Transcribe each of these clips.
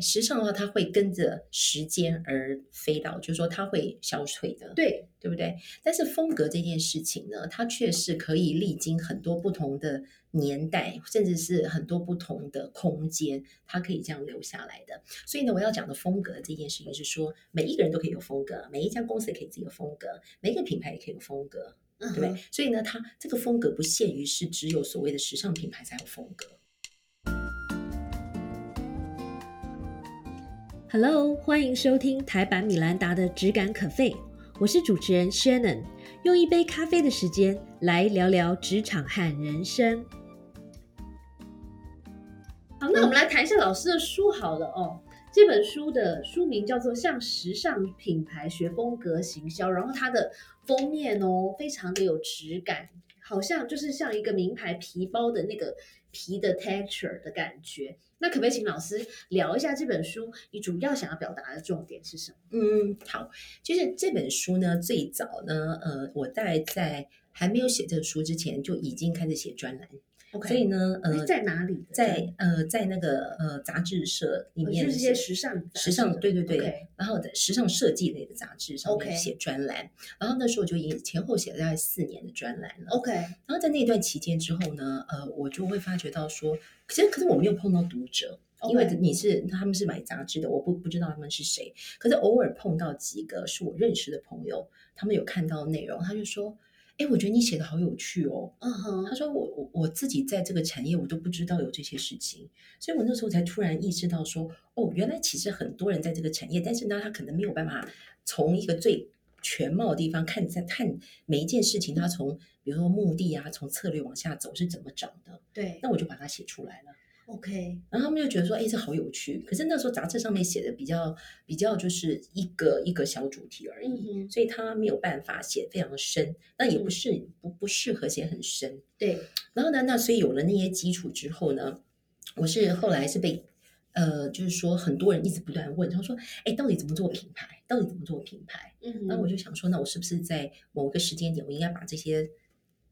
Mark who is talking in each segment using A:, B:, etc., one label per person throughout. A: 时尚的话，它会跟着时间而飞到，就是说它会消退的，
B: 对，
A: 对不对？但是风格这件事情呢，它却是可以历经很多不同的年代，甚至是很多不同的空间，它可以这样留下来的。所以呢，我要讲的风格这件事情是说，每一个人都可以有风格，每一家公司也可以自己有风格，每一个品牌也可以有风格，
B: 嗯
A: 对不对？所以呢，它这个风格不限于是只有所谓的时尚品牌才有风格。
B: Hello，欢迎收听台版米兰达的《只感可废》，我是主持人 Shannon，用一杯咖啡的时间来聊聊职场和人生。好，那我们
A: 嗯
B: 来谈一下老师的书好了哦。这本书的书名叫做《向时尚品牌学风格行销》，然后它的封面哦，非常的有质感，好像就是像一个名牌皮包的那个皮的 texture 的感觉。那可不可以请老师聊一下这本书你主要想要表达的重点是什么？
A: 嗯，好，就是这本书呢，最早呢，呃，我大概在还没有写这个书之前，就已经开始写专栏，
B: OK，
A: 所以呢，
B: 是
A: 呃，
B: 在哪里的？
A: 在呃在那个呃杂志社里
B: 呃
A: 面
B: 就是一
A: 写
B: 些时尚杂
A: 时
B: 志
A: 尚
B: 的
A: 对对对
B: OK
A: 然后在时尚设计类的杂志上
B: OK
A: 面写专栏然后那时候我就已经前后写了大概四年的专栏了。
B: OK，
A: 然后在那段期间之后呢，呃，我就会发觉到说，可是可是我没有碰到读者。因为
B: OK
A: 你是他们是买杂志的，我不不知道他们是谁，可是偶尔碰到几个是我认识的朋友，他们有看到内容，他就说：“哎，我觉得你写的好有趣哦。”
B: 嗯哼
A: 他说我我我自己在这个产业我都不知道有这些事情，所以我那时候才突然意识到说，哦，原来其实很多人在这个产业，但是呢，他可能没有办法从一个最全貌的地方看，在看每一件事情，他从比如说目的啊，从策略往下走是怎么长的，
B: 对
A: 那我就把它写出来了。
B: ，OK，
A: 然后他们就觉得说，哎，这好有趣。可是那时候杂志上面写的比较比较就是一个一个小主题而已，
B: 嗯哼
A: 所以他没有办法写非常深，那也
B: 嗯
A: 不是、不不适合写很深。
B: 对，
A: 然后呢，那所以有了那些基础之后呢，我是后来是被呃，就是说很多人一直不断问，他说：“哎，到底怎么做品牌？到底怎么做品牌？”
B: 嗯
A: 那我就想说，那我是不是在某个时间点，我应该把这些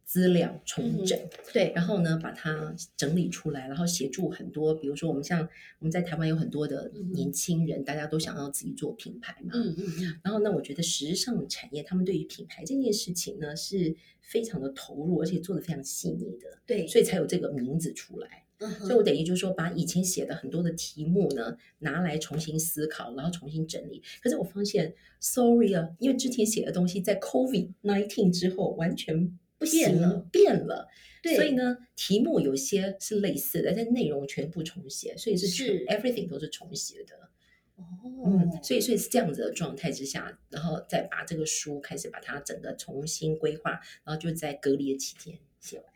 A: 资料
B: 嗯
A: 重整，
B: 对，
A: 然后呢，把它整理出来，然后协助很多，比如说我们像我们在台湾有很多的
B: 嗯哼
A: 年轻人，大家都想要自己做品牌嘛，
B: 嗯嗯嗯，
A: 然后呢，我觉得时尚产业他们对于品牌这件事情呢是非常的投入，而且做的非常细腻的，
B: 对，
A: 所以才有这个名字出来。
B: 嗯哼
A: 所以我等于就是说，把以前写的很多的题目呢拿来重新思考，然后重新整理。可是我发现，sorry 啊，因为之前写的东西在 COVID nineteen 之后完全不行
B: 变了，
A: 变了。
B: 对
A: 所以呢，题目有些是类似的，但内容全部重写，所以是全
B: 是
A: everything 都是重写的。
B: 哦，
A: 嗯，所以所以是这样子的状态之下，然后再把这个书开始把它整个重新规划，然后就在隔离的期间写完。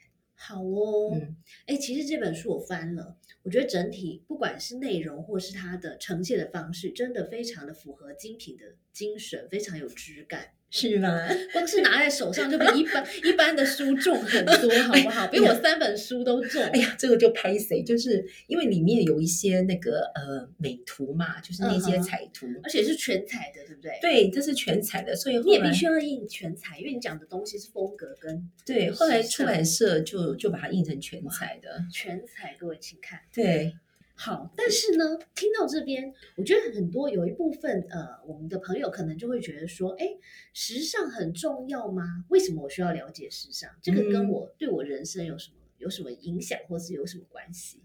B: 好哦，
A: 嗯，
B: 哎、其实这本书我翻了，我觉得整体不管是内容或是它的呈现的方式，真的非常的符合精品的精神，非常有质感。
A: 是吗？
B: 光是拿在手上就比一般一般的书重很多，好 不好？比我三本书都重。
A: 哎呀，这个就拍谁，就是因为里面有一些那个呃美图嘛，就是那些
B: 嗯哼
A: 彩图。
B: 而且是全彩的，对不对？，
A: 对，这是全彩的，所以
B: 你
A: 后
B: 也
A: 来
B: 必须要印全彩，因为你讲的东西是风格跟
A: 对后来
B: 时
A: 出
B: 尚
A: 版社就就把它印成全彩的。
B: 全彩。各位请看，
A: 对，
B: 好，但是呢，听到这边，我觉得很多有一部分呃，我们的朋友可能就会觉得说，哎，时尚很重要吗？为什么我需要了解时尚？这个跟
A: 嗯
B: 我、对我人生有什么有什么影响，或是有什么关系？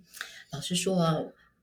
A: 老实说啊，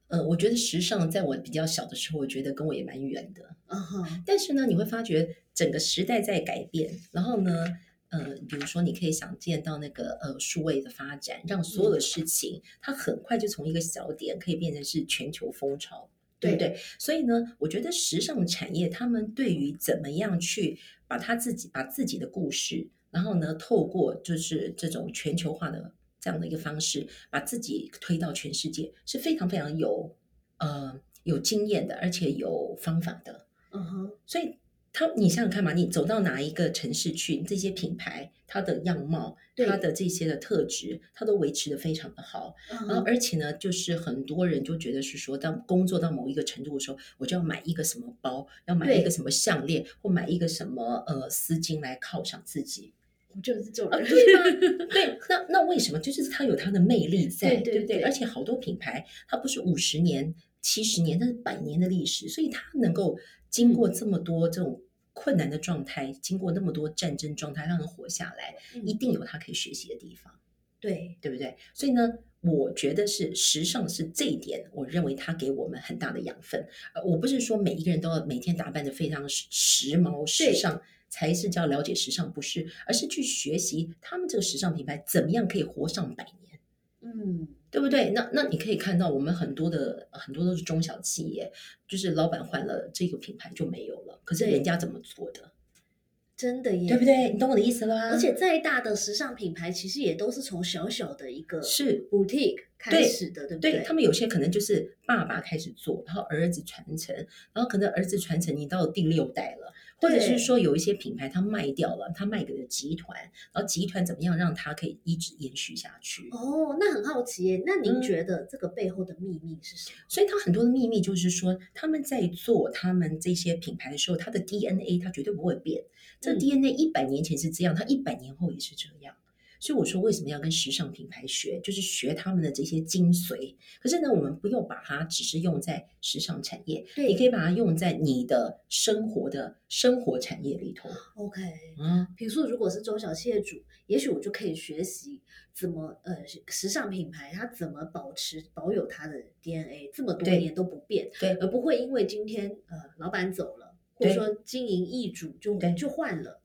A: 呃，我觉得时尚在我比较小的时候，我觉得跟我也蛮远的。
B: 嗯哼，
A: 但是呢，你会发觉整个时代在改变，然后呢，呃，比如说你可以想见到那个呃数位的发展，让所有的事情它很快就从一个小点可以变成是全球风潮，对不对？所以呢，我觉得时尚产业他们对于怎么样去把他自己把自己的故事，然后呢，透过就是这种全球化的这样的一个方式，把自己推到全世界是非常非常有呃有经验的，而且有方法的。
B: 嗯哼，
A: 所以他，你想想看嘛，你走到哪一个城市去，这些品牌它的样貌、
B: 对
A: 它的这些的特质，它都维持的非常的好。
B: 嗯
A: 然后，
B: 哼，
A: 而且呢，就是很多人就觉得是说，当工作到某一个程度的时候，我就要买一个什么包，要买一
B: 对
A: 个什么项链，或买一个什么呃丝巾来犒赏自己。
B: 我就是这种
A: 啊，
B: 人，
A: 对吗？对，那那为什么？就是它有它的魅力在，
B: 对对
A: 不对？
B: 对
A: 而且好多品牌，它不是五十年七十年，它是百年的历史，所以它能够经过这么多这种困难的状态，经过那么多战争状态，让人活下来，
B: 嗯
A: 一定有它可以学习的地方，
B: 对，
A: 对不对？所以呢，我觉得是时尚是这一点，我认为它给我们很大的养分。呃，我不是说每一个人都要每天打扮的非常时时髦时尚。才是叫了解时尚，不是，而是去学习他们这个时尚品牌怎么样可以活上百年。
B: 嗯，
A: 对不对？那那你可以看到，我们很多的很多都是中小企业，就是老板换了这个品牌就没有了，可是
B: 对
A: 人家怎么做的，
B: 真的耶，
A: 对不？对？你懂我的意思啦？
B: 而且再大的时尚品牌，其实也都是从小小的一个
A: 是
B: boutique 开
A: 对
B: 始的，对不
A: 对他们有些可能就是爸爸开始做，然后儿子传承，然后可能儿子传承你到第六代了，或者
B: 对
A: 是说有一些品牌它卖掉了，它卖给了集团，然后集团怎么样让它可以一直延续下去？
B: 哦，那很好奇耶，那您
A: 嗯
B: 觉得这个背后的秘密是什么？
A: 所以它很多的秘密就是说，他们在做他们这些品牌的时候，它的 DNA 它绝对不会变。这
B: 嗯
A: DNA 一百年前是这样，它一百年后也是这样。所以我说，为什么要跟时尚品牌学？就是学他们的这些精髓。可是呢，我们不用把它只是用在时尚产业，
B: 对
A: 你可以把它用在你的生活的生活产业里头。
B: 哦 OK，
A: 嗯，
B: 比如说如果是中小企业主，也许我就可以学习怎么呃时尚品牌它怎么保持保有它的 DNA 这么多
A: 对
B: 年都不变，
A: 对呃
B: 而不会因为今天呃老板走了，或
A: 对
B: 者说经营易主就
A: 对
B: 就换了。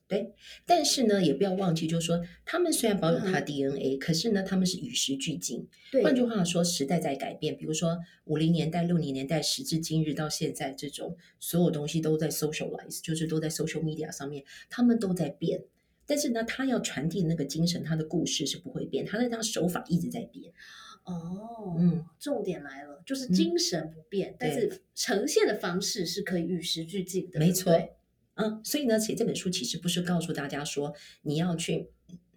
A: 但是呢，也不要忘记，就是说，他们虽然保有它的
B: 嗯
A: DNA，、可是呢，他们是与时俱进。
B: 对，
A: 换句话说，时代在改变，比如说五零年代、六零年代，时至今日到现在，这种所有东西都在 socialize，就是都在 social media 上面，他们都在变。但是呢，他要传递那个精神，他的故事是不会变，他的他手法一直在变。
B: 哦，
A: 嗯，
B: 重点来了，就是
A: 嗯
B: 精神不变，但
A: 对
B: 是呈现的方式是可以与时俱进的。
A: 没
B: 对不对
A: 错，嗯，所以呢，写这本书其实不是告诉大家说你要去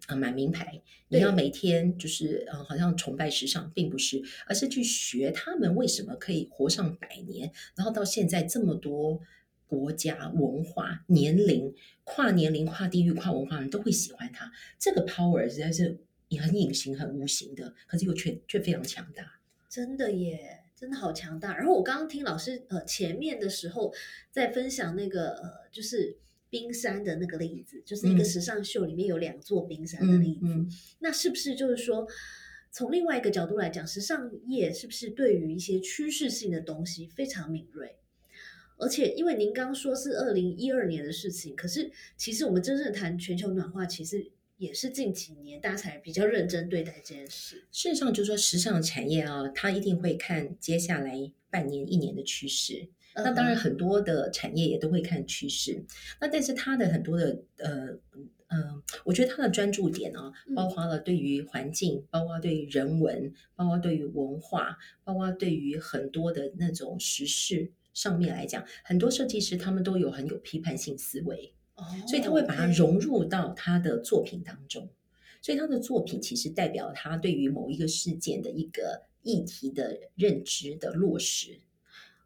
A: 呃买名牌，你
B: 对
A: 要每天就是呃好像崇拜时尚，并不是，而是去学他们为什么可以活上百年，然后到现在这么多国家、文化、年龄、跨年龄、跨地域、跨文化人都会喜欢它，这个 power 实在是也很隐形、很无形的，可是又却却非常强大。
B: 真的耶，真的好强大。然后我刚刚听老师呃前面的时候在分享那个呃就是冰山的那个例子，就是一个
A: 嗯
B: 时尚秀里面有两座冰山的例
A: 嗯
B: 子，
A: 嗯，
B: 那是不是就是说？从另外一个角度来讲，时尚业是不是对于一些趋势性的东西非常敏锐？而且，因为您刚说是二零一二年的事情，可是其实我们真正谈全球暖化，其实也是近几年大家才比较认真对待这件事。
A: 事实上就是说，时尚产业啊，它一定会看接下来半年、一年的趋势。那当然，
B: 嗯
A: 很多的产业也都会看趋势。那但是它的很多的呃呃，我觉得它的专注点啊，包
B: 嗯
A: 括了对于环境，包括对于人文，包括对于文化，包括对于很多的那种时事上面来讲，很多设计师他们都有很有批判性思维，
B: 哦
A: 所以他会把它
B: OK
A: 融入到他的作品当中。所以他的作品其实代表了他对于某一个事件的一个议题的认知的落实。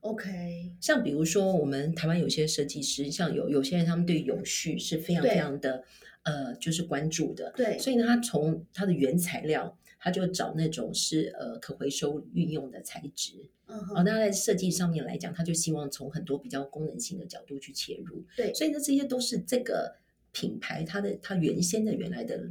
B: OK，
A: 像比如说，我们台湾有些设计师，像有有些人，他们对永续是非常
B: 对
A: 非常的呃，就是关注的。
B: 对，
A: 所以呢，他从它的原材料，他就找那种是呃可回收运用的材质。
B: 嗯
A: 哦，
B: 哼，
A: 那在设计上面来讲，他就希望从很多比较功能性的角度去切入。
B: 对
A: 所以呢，这些都是这个品牌它的它原先的原来的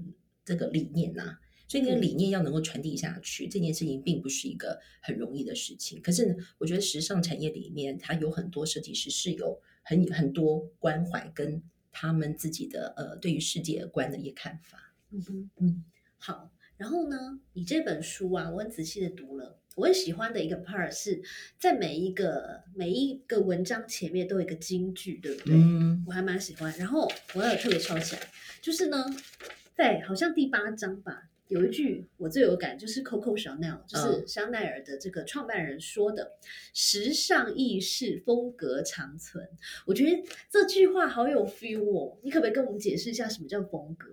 A: 这个理念呐、所以你的
B: 嗯
A: 理念要能够传递下去，这件事情并不是一个很容易的事情。可是呢，我觉得时尚产业里面，它有很多设计师是有很很多关怀跟他们自己的呃对于世界观的一个看法。
B: 嗯哼，
A: 嗯，
B: 好。然后呢，你这本书啊，我很仔细的读了。我很喜欢的一个 part 是在每一个每一个文章前面都有一个金句，对不对？
A: 嗯，
B: 我还蛮喜欢。然后我有特别抄起来，就是呢，在好像第八章吧，有一句我最有感，就是 Coco Chanel，就是
A: 嗯
B: 香奈儿的这个创办人说的“时尚意识，风格长存”。我觉得这句话好有 feel 哦，你可不可以跟我们解释一下什么叫风格？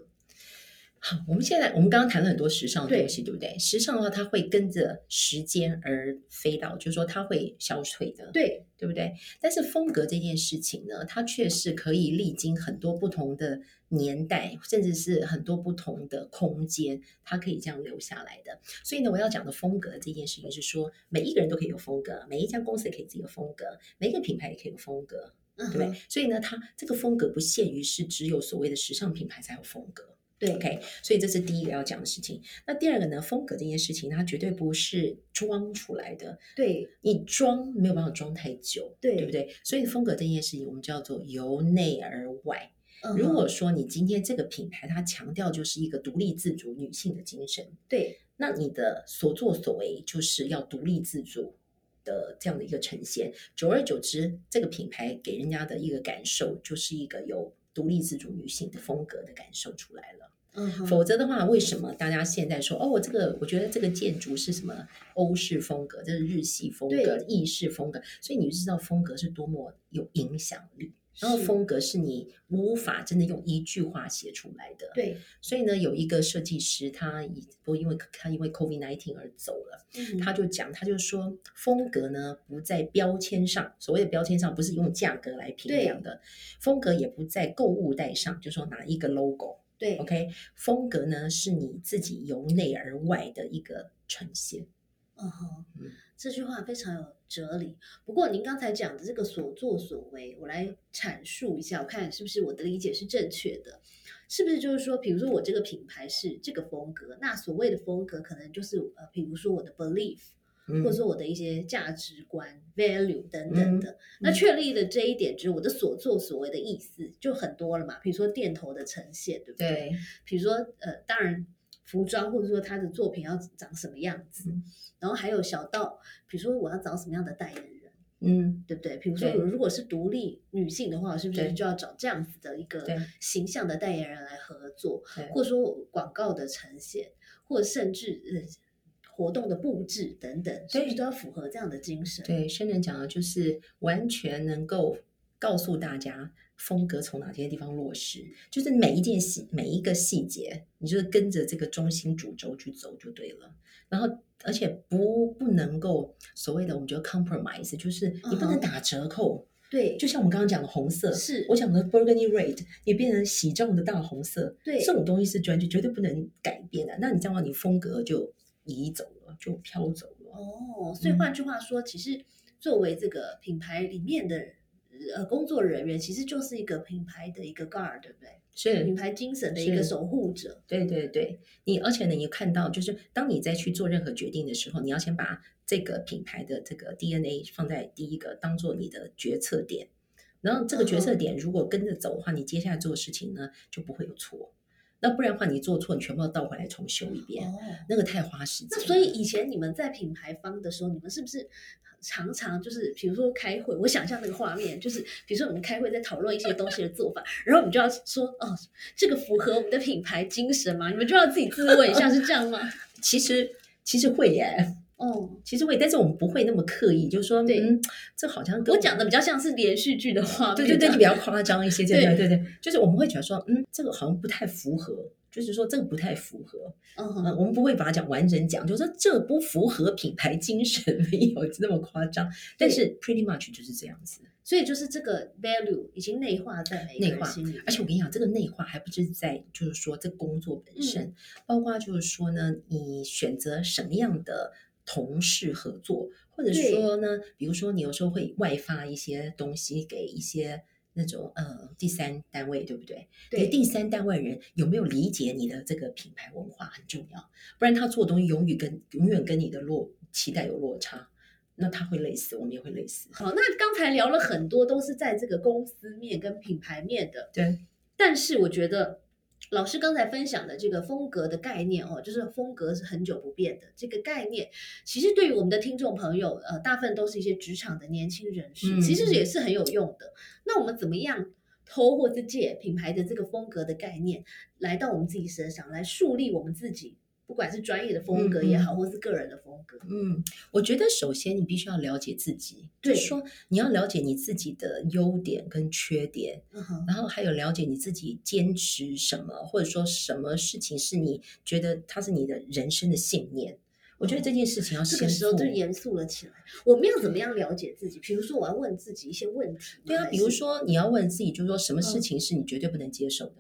A: 好，我们现在我们刚刚谈了很多时尚的
B: 对
A: 东西，对不对？时尚的话，它会跟着时间而飞到，就是说它会消退的，
B: 对，
A: 对不对？但是风格这件事情呢，它却是可以历经很多不同的年代，甚至是很多不同的空间，它可以这样留下来的。所以呢，我要讲的风格这件事情是说，每一个人都可以有风格，每一家公司也可以自己有风格，每一个品牌也可以有风格，
B: 嗯
A: 对不对？所以呢，它这个风格不限于是只有所谓的时尚品牌才有风格。
B: 对
A: OK，所以这是第一个要讲的事情。那第二个呢，风格这件事情，它绝对不是装出来的，
B: 对
A: 你装没有办法装太久，
B: 对
A: 对不对？所以风格这件事情，我们叫做由内而外。
B: 嗯
A: 如
B: 哼
A: 果说你今天这个品牌它强调就是一个独立自主女性的精神，
B: 对
A: 那你的所作所为就是要独立自主的这样的一个呈现。久而久之，这个品牌给人家的一个感受就是一个有独立自主女性的风格的感受出来了。
B: 嗯哼
A: 否则的话，为什么大家现在说哦，我这个我觉得这个建筑是什么欧式风格，这是日系风格
B: 对、
A: 意式风格，所以你就知道风格是多么有影响力。然后
B: 是
A: 风格是你无法真的用一句话写出来的。
B: 对
A: 所以呢，有一个设计师，他已不因为他因为 COVID 1 9而走了，
B: 嗯
A: 他就讲，他就说风格呢不在标签上，所谓的标签上不是用价格来评
B: 对
A: 量的，风格也不在购物袋上，就说哪一个 logo。
B: 对
A: OK，风格呢是你自己由内而外的一个呈现。
B: 嗯哼
A: 嗯，
B: 这句话非常有哲理。不过您刚才讲的这个所作所为，我来阐述一下，我看是不是我的理解是正确的？是不是就是说，比如说我这个品牌是这个风格，那所谓的风格可能就是呃，比如说我的 belief，
A: 嗯
B: 或者说我的一些价值观、value 等等的。那确立了这一点之后，我的所作所为的意思就很多了嘛。比如说店头的呈现，对不对？
A: 对，
B: 比如说呃，当然服装或者说他的作品要长什么样子，
A: 嗯
B: 然后还有小到比如说我要找什么样的代言人，
A: 嗯，
B: 对不对？比如说
A: 对
B: 如果是独立女性的话，我是不是
A: 对
B: 就要找这样子的一个
A: 对
B: 形象的代言人来合作，
A: 对
B: 或者说广告的呈现，或者甚至呃。活动的布置等等，是不是
A: 对
B: 都要符合这样的精神？
A: 对，深圳讲的就是完全能够告诉大家风格从哪些地方落实，就是每一件细每一个细节，你就是跟着这个中心主轴去走就对了。然后，而且不不能够所谓的我们觉得 compromise，就是你不
B: 嗯哼
A: 能打折扣。
B: 对，
A: 就像我们刚刚讲的红色，
B: 是
A: 我讲的 burgundy red，也变成喜重的大红色，
B: 对
A: 这种东西是专辑绝对不能改变的。那你这样的话，你风格就移走了，就飘走了。
B: 哦，所以
A: 嗯
B: 换句话说，其实作为这个品牌里面的呃工作人员，其实就是一个品牌的一个 guard，对不对？品
A: 是，
B: 牌精神的一个
A: 是哦
B: 守护者。
A: 对对对，你而且呢，你看到就是当你在去做任何决定的时候，你要先把这个品牌的这个 DNA 放在第一个，当做你的决策点。然后这个决策
B: 嗯
A: 点如果跟着走的话，你接下来做的事情呢就不会有错。那不然的话，你做错，你全部要倒回来重修一遍，
B: 哦，
A: 那个太花时间
B: 那
A: 了。
B: 所以以前你们在品牌方的时候，你们是不是？常常就是，比如说开会，我想象那个画面，就是比如说你们开会在讨论一些东西的做法，然后你就要说，哦，这个符合我们的品牌精神吗？你们就要自己自问一下，是这 样吗？
A: 其实其实会耶，
B: 哦，
A: 其实会，但是我们不会那么刻意，就是说，
B: 对
A: 嗯，这好像跟
B: 我讲的比较像是连续剧的画面，
A: 对对对，就比较夸张一些，对
B: 对
A: 对对对，就是我们会觉得说，嗯，这个好像不太符合。就是说，这个不太符合，
B: 嗯
A: 嗯，
B: 哼，
A: 我们不会把它讲完整讲，就是说这不符合品牌精神， 没有那么夸张。但是 pretty much 就是这样子。
B: 所以就是这个 value 已经内化在每一
A: 内
B: 个人
A: 化
B: 心里，
A: 而且我跟你讲，这个内化还不是在就是说这工作
B: 嗯
A: 本身，包括就是说呢，你选择什么样的同事合作，或者
B: 对
A: 说呢，比如说你有时候会外发一些东西给一些那种呃第三单位，对不对？你
B: 对
A: 第三单位人有没有理解你的这个品牌文化很重要，不然他做的东西永远跟永远跟你的落期待有落差，那他会累死，我们也会累死。
B: 好，那刚才聊了很多，都是在这个公司面跟品牌面的，
A: 对，
B: 但是我觉得老师刚才分享的这个风格的概念哦，就是风格是很久不变的这个概念，其实对于我们的听众朋友，呃，大部分都是一些职场的年轻人士，
A: 嗯
B: 其实也是很有用的。那我们怎么样？偷或是借品牌的这个风格的概念来到我们自己身上，来树立我们自己不管是专业的风格也好，或是个人的风格，
A: 嗯，我觉得首先你必须要了解自己，
B: 对
A: 就是说你要了解你自己的优点跟缺点，
B: 嗯哼，
A: 然后还有了解你自己坚持什么，或者说什么事情是你觉得它是你的人生的信念。我觉得这件事情要
B: 这
A: 先
B: 个时候
A: 做
B: 就严肃了起来。我们要怎么样了解自己？比如说，我要问自己一些问题吗。
A: 对啊，
B: 还
A: 比如
B: 是，
A: 说你要问自己，就是说什么事
B: 嗯
A: 情是你绝对不能接受的。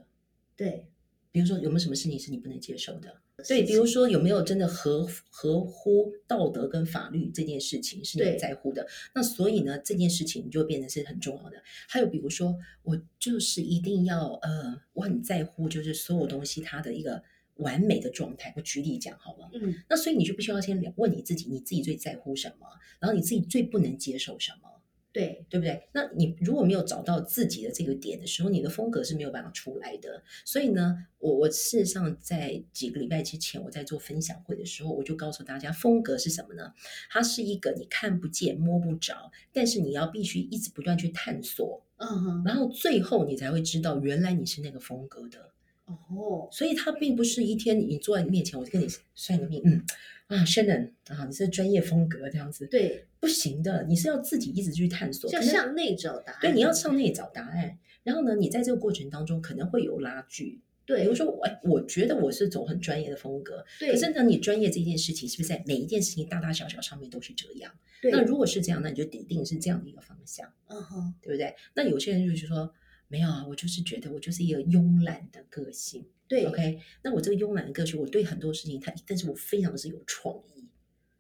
B: 对，
A: 比如说，有没有什么事情是你不能接受的？对，比如说有没有真的合合乎道德跟法律这件事情是你
B: 对
A: 在乎的？那所以呢，这件事情就会变成是很重要的。还有比如说，我就是一定要呃，我很在乎就是所有东西它的一个完美的状态。我举例讲好了，
B: 嗯，
A: 那所以你就必须要先了问你自己，你自己最在乎什么，然后你自己最不能接受什么。
B: 对，
A: 对不对？那你如果没有找到自己的这个点的时候，你的风格是没有办法出来的。所以呢，我我事实上在几个礼拜之前，我在做分享会的时候，我就告诉大家，风格是什么呢？它是一个你看不见、摸不着，但是你要必须一直不断去探索，
B: 嗯哼，
A: 然后最后你才会知道，原来你是那个风格的。
B: 哦，
A: 所以它并不是一天你坐在你面前，我就跟你算个命，嗯啊，Shannon 啊，你是专业风格这样子，
B: 对，
A: 不行的，你是要自己一直去探索，
B: 要
A: 可能
B: 向内找答案。
A: 对，你要向内找答案。然后呢，你在这个过程当中可能会有拉锯，比
B: 对，
A: 如说我，哎，我觉得我是走很专业的风格，
B: 对，
A: 可是呢，你专业这件事情是不是在每一件事情大大小小上面都是这样？
B: 对，
A: 那如果是这样，那你就一定是这样的一个方向，
B: 嗯哼，
A: 对不对？那有些人就是说，没有啊，我就是觉得我就是一个慵懒的个性
B: 对
A: ，OK？那我这个慵懒的个性，我对很多事情它，但是我非常的是有创意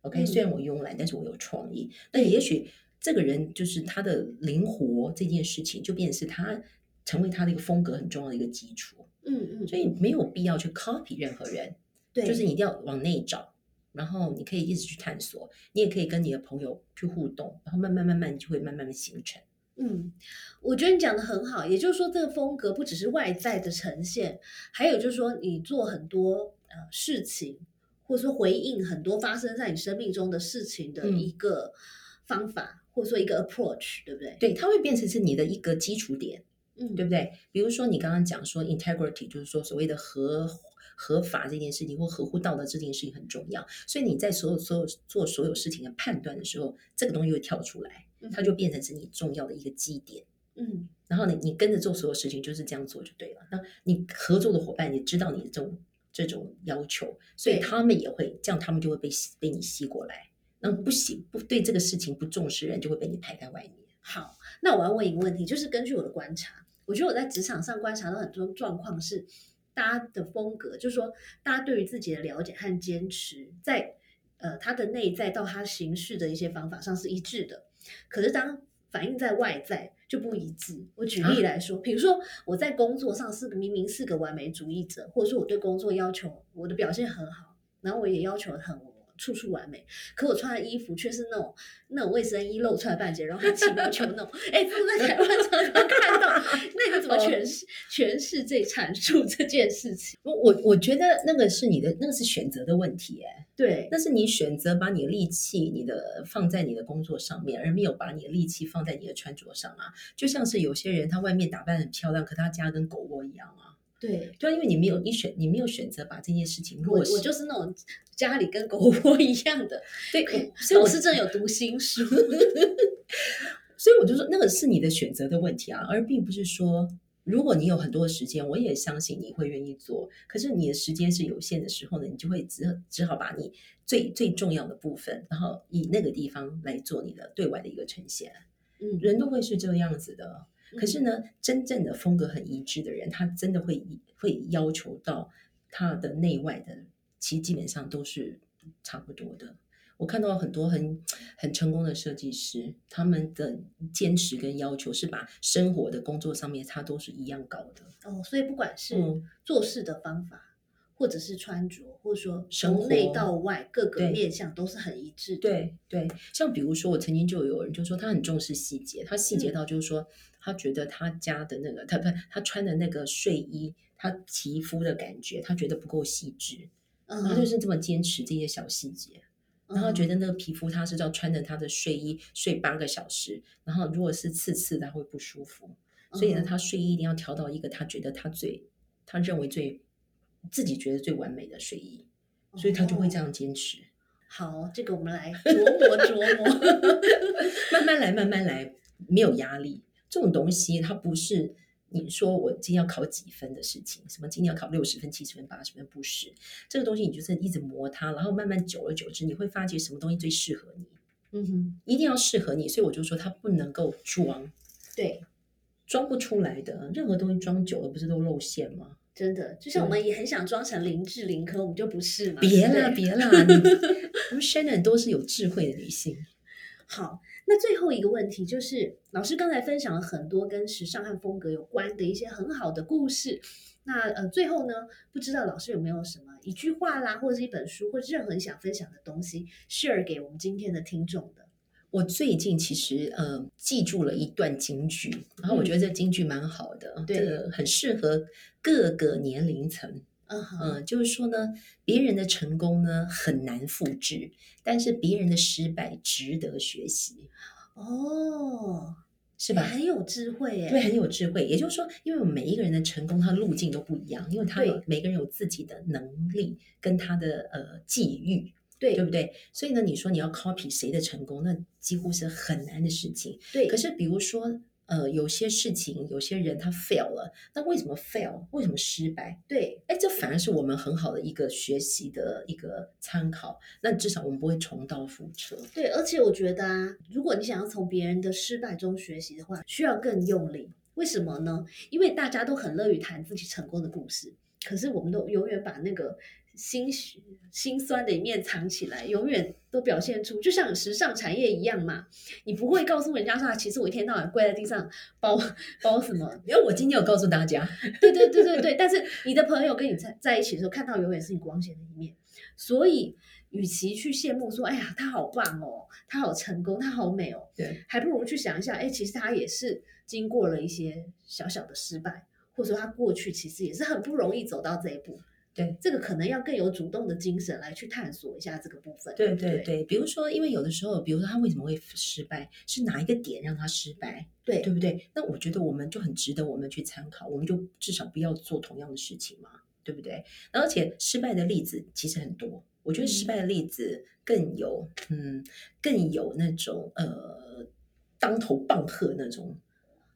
A: ，OK？、
B: 嗯
A: 虽然我慵懒，但是我有创意。那也许这个人就是他的灵活这件事情，就变成是他成为他的一个风格很重要的一个基础。
B: 嗯嗯，
A: 所以没有必要去 copy 任何人，
B: 对，
A: 就是你一定要往内找，然后你可以一直去探索，你也可以跟你的朋友去互动，然后慢慢慢慢就会慢慢的形成。
B: 嗯，我觉得你讲的很好，也就是说，这个风格不只是外在的呈现，还有就是说，你做很多呃事情，或者说回应很多发生在你生命中的事情的
A: 嗯
B: 一个方法，或者说一个 approach，对不对？
A: 对，它会变成是你的一个基础点，
B: 嗯，
A: 对不对？比如说你刚刚讲说 integrity，就是说所谓的合合法这件事情或合乎道德这件事情很重要，所以你在所有所有做所有事情的判断的时候，这个东西会跳出来，
B: 对
A: 它就变成是你重要的一个基点。
B: 嗯，
A: 然后你你跟着做所有事情就是这样做就对了。那你合作的伙伴也知道你这种这种要求，所以
B: 对
A: 他们也会这样，他们就会被吸被你吸过来。那不喜不对这个事情不重视的人，就会被你排在外面。
B: 好，那我要问一个问题，就是根据我的观察，我觉得我在职场上观察到很多状况是，大家的风格，就是说大家对于自己的了解和坚持，在呃他的内在到他行事的一些方法上是一致的，可是当反映在外在就不一致。我举
A: 啊
B: 例来说，比如说我在工作上是个明明是个完美主义者，或者说我对工作要求我的表现很好，然后我也要求很处处完美，可我穿的衣服却是那种那种卫生衣露出来半截，然后还起毛球那种。 哎、这个在台湾常常看到， 那你怎么
A: 哦
B: 诠释诠释这阐述这件事情？
A: 我我我觉得那个是你的，那个是选择的问题，哎，
B: 对，
A: 那是你选择把你的力气、你的放在你的工作上面，而没有把你的力气放在你的穿着上啊。就像是有些人他外面打扮很漂亮，可他家跟狗窝一样啊。
B: 对。
A: 对啊，因为你没有你选你没有选择把这件事情
B: 我
A: 落实
B: 我就是那种家里跟狗窝一样的，
A: 对，
B: 哎
A: 我所以
B: 老
A: 我
B: 师
A: 是，
B: 真的有读心 术。
A: 所以我就说那个是你的选择的问题啊，而并不是说如果你有很多的时间，我也相信你会愿意做。可是你的时间是有限的时候呢，你就会只只好把你最最重要的部分，然后以那个地方来做你的对外的一个呈现。
B: 嗯，
A: 人都会是这样子的。可是
B: 嗯
A: 呢，真正的风格很一致的人，他真的会会要求到他的内外的，其实基本上都是差不多的。我看到很多很很成功的设计师，他们的坚持跟要求是把生活的工作上面，他都是一样高的。
B: 哦，所以不管是
A: 嗯
B: 做事的方法，或者是穿着，或者说
A: 生
B: 从内
A: 活
B: 到外各个
A: 对
B: 面向都是很一致的。，
A: 对对，像比如说，我曾经就有人就说他很重视细节，他细节
B: 嗯
A: 到就是说，他觉得他家的那个他他他穿的那个睡衣，他皮肤的感觉，他觉得不够细致，
B: 嗯
A: 然
B: 哼，
A: 后就是这么坚持这些小细节，然后
B: 嗯
A: 觉得那个皮肤他是要穿着他的睡衣睡八个小时，然后如果是刺刺的他会不舒服，所以呢，
B: 嗯
A: 他睡衣一定要挑到一个他觉得他最他认为最自己觉得最完美的睡衣。
B: 嗯
A: 所以他就会这
B: 哦
A: 样坚持。
B: 好，这个我们来琢磨琢磨。
A: 慢慢来，慢慢来，没有压力。这种东西它不是你说我今天要考几分的事情，什么今天要考六十分、七十分、八十分，不是。这个东西你就是一直磨它，然后慢慢久而久之，你会发觉什么东西最适合你，
B: 嗯哼，
A: 一定要适合你。所以我就说它不能够装，
B: 对，
A: 装不出来的。任何东西装久了不是都露馅吗？
B: 真的，就像我们也很想装成林志玲，可我们就不是嘛。
A: 别
B: 对不
A: 啦，
B: 对
A: 别啦， 你我们 Shannon 都是有智慧的女性。
B: 好，那最后一个问题就是，老师刚才分享了很多跟时尚和风格有关的一些很好的故事。那呃，最后呢，不知道老师有没有什么一句话啦，或者是一本书，或者任何你想分享的东西，share 给我们今天的听众的？
A: 我最近其实呃记住了一段京剧，然后我觉得这京剧蛮好的，
B: 对
A: 这个很适合各个年龄层。
B: 嗯哼，
A: 嗯、就是说呢，别人的成功呢很难复制，但是别人的失败值得学习，
B: 哦，
A: 是吧？
B: 很有智慧耶。
A: 对，很有智慧。也就是说，因为我们每一个人的成功，他路径都不一样，因为他有
B: 对
A: 每个人有自己的能力跟他的呃际遇，
B: 对
A: 对不对？所以呢，你说你要 copy 谁的成功，那几乎是很难的事情。
B: 对，
A: 可是比如说，呃，有些事情，有些人他 fail 了，那为什么 fail？为什么失败？
B: 对
A: 哎，这反而是我们很好的一个学习的一个参考。那至少我们不会重蹈覆辙。
B: 对，而且我觉得啊，如果你想要从别人的失败中学习的话，需要更用力。为什么呢？因为大家都很乐于谈自己成功的故事，可是我们都永远把那个心虚心酸的一面藏起来，永远都表现出，就像时尚产业一样嘛。你不会告诉人家说，啊其实我一天到晚跪在地上包 包什么？
A: 因为我今天有告诉大家，
B: 对对对对对。但是你的朋友跟你在在一起的时候，看到永远是你光鲜的一面。所以，与其去羡慕说，哎呀，他好棒哦，他好成功，他好美哦，
A: 对，
B: 还不如去想一下，哎，其实他也是经过了一些小小的失败，或者说他过去其实也是很不容易走到这一步。
A: 对，
B: 这个可能要更有主动的精神来去探索一下这个部分。
A: 对
B: 不
A: 对对。比如说，因为有的时候，比如说他为什么会失败，是哪一个点让他失败，
B: 对
A: 对不对？那我觉得我们就很值得我们去参考，我们就至少不要做同样的事情嘛，对不对？而且失败的例子其实很多，我觉得失
B: 嗯
A: 败的例子更有，嗯，更有那种呃当头棒喝那种。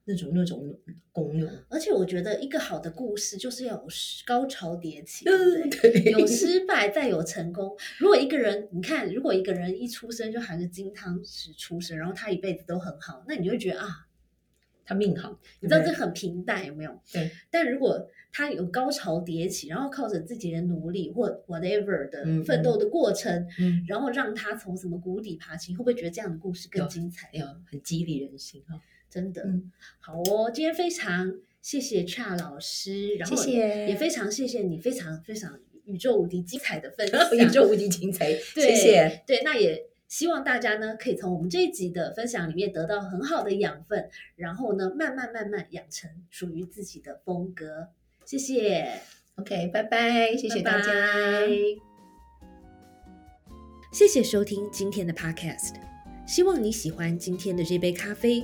A: 那种那种功用，
B: 而且我觉得一个好的故事就是要有失高潮迭起，对不
A: 嗯，
B: 对？
A: 对，
B: 有失败，再有成功。如果一个人，你看，如果一个人一出生就含着金汤匙出生，然后他一辈子都很好，那你就会觉得啊，
A: 他命好，
B: 你知道
A: 对
B: 这
A: 不
B: 很平淡，有没有？
A: 对。
B: 但如果他有高潮迭起，然后靠着自己的努力或 whatever
A: 嗯
B: 的
A: 嗯
B: 奋斗的过程，
A: 对嗯，
B: 然后让他从什么谷底爬起，会不会觉得这样的故事更
A: 有
B: 精彩
A: 哎？呦，很激励人心哈、
B: 真的，
A: 嗯
B: 好哦，今天非常谢谢 Cha 老师，然后
A: 谢谢，
B: 也非常谢谢你，非常非常宇宙无敌精彩的分享
A: 宇宙无敌精彩，谢
B: 对
A: 谢，
B: 对，那也希望大家呢，可以从我们这一集的分享里面得到很好的养分，然后呢，慢慢慢慢养成属于自己的风格。谢谢，
A: ，OK，拜拜，谢谢大家。
B: 拜拜谢谢收听今天的 Podcast，希望你喜欢今天的这杯咖啡。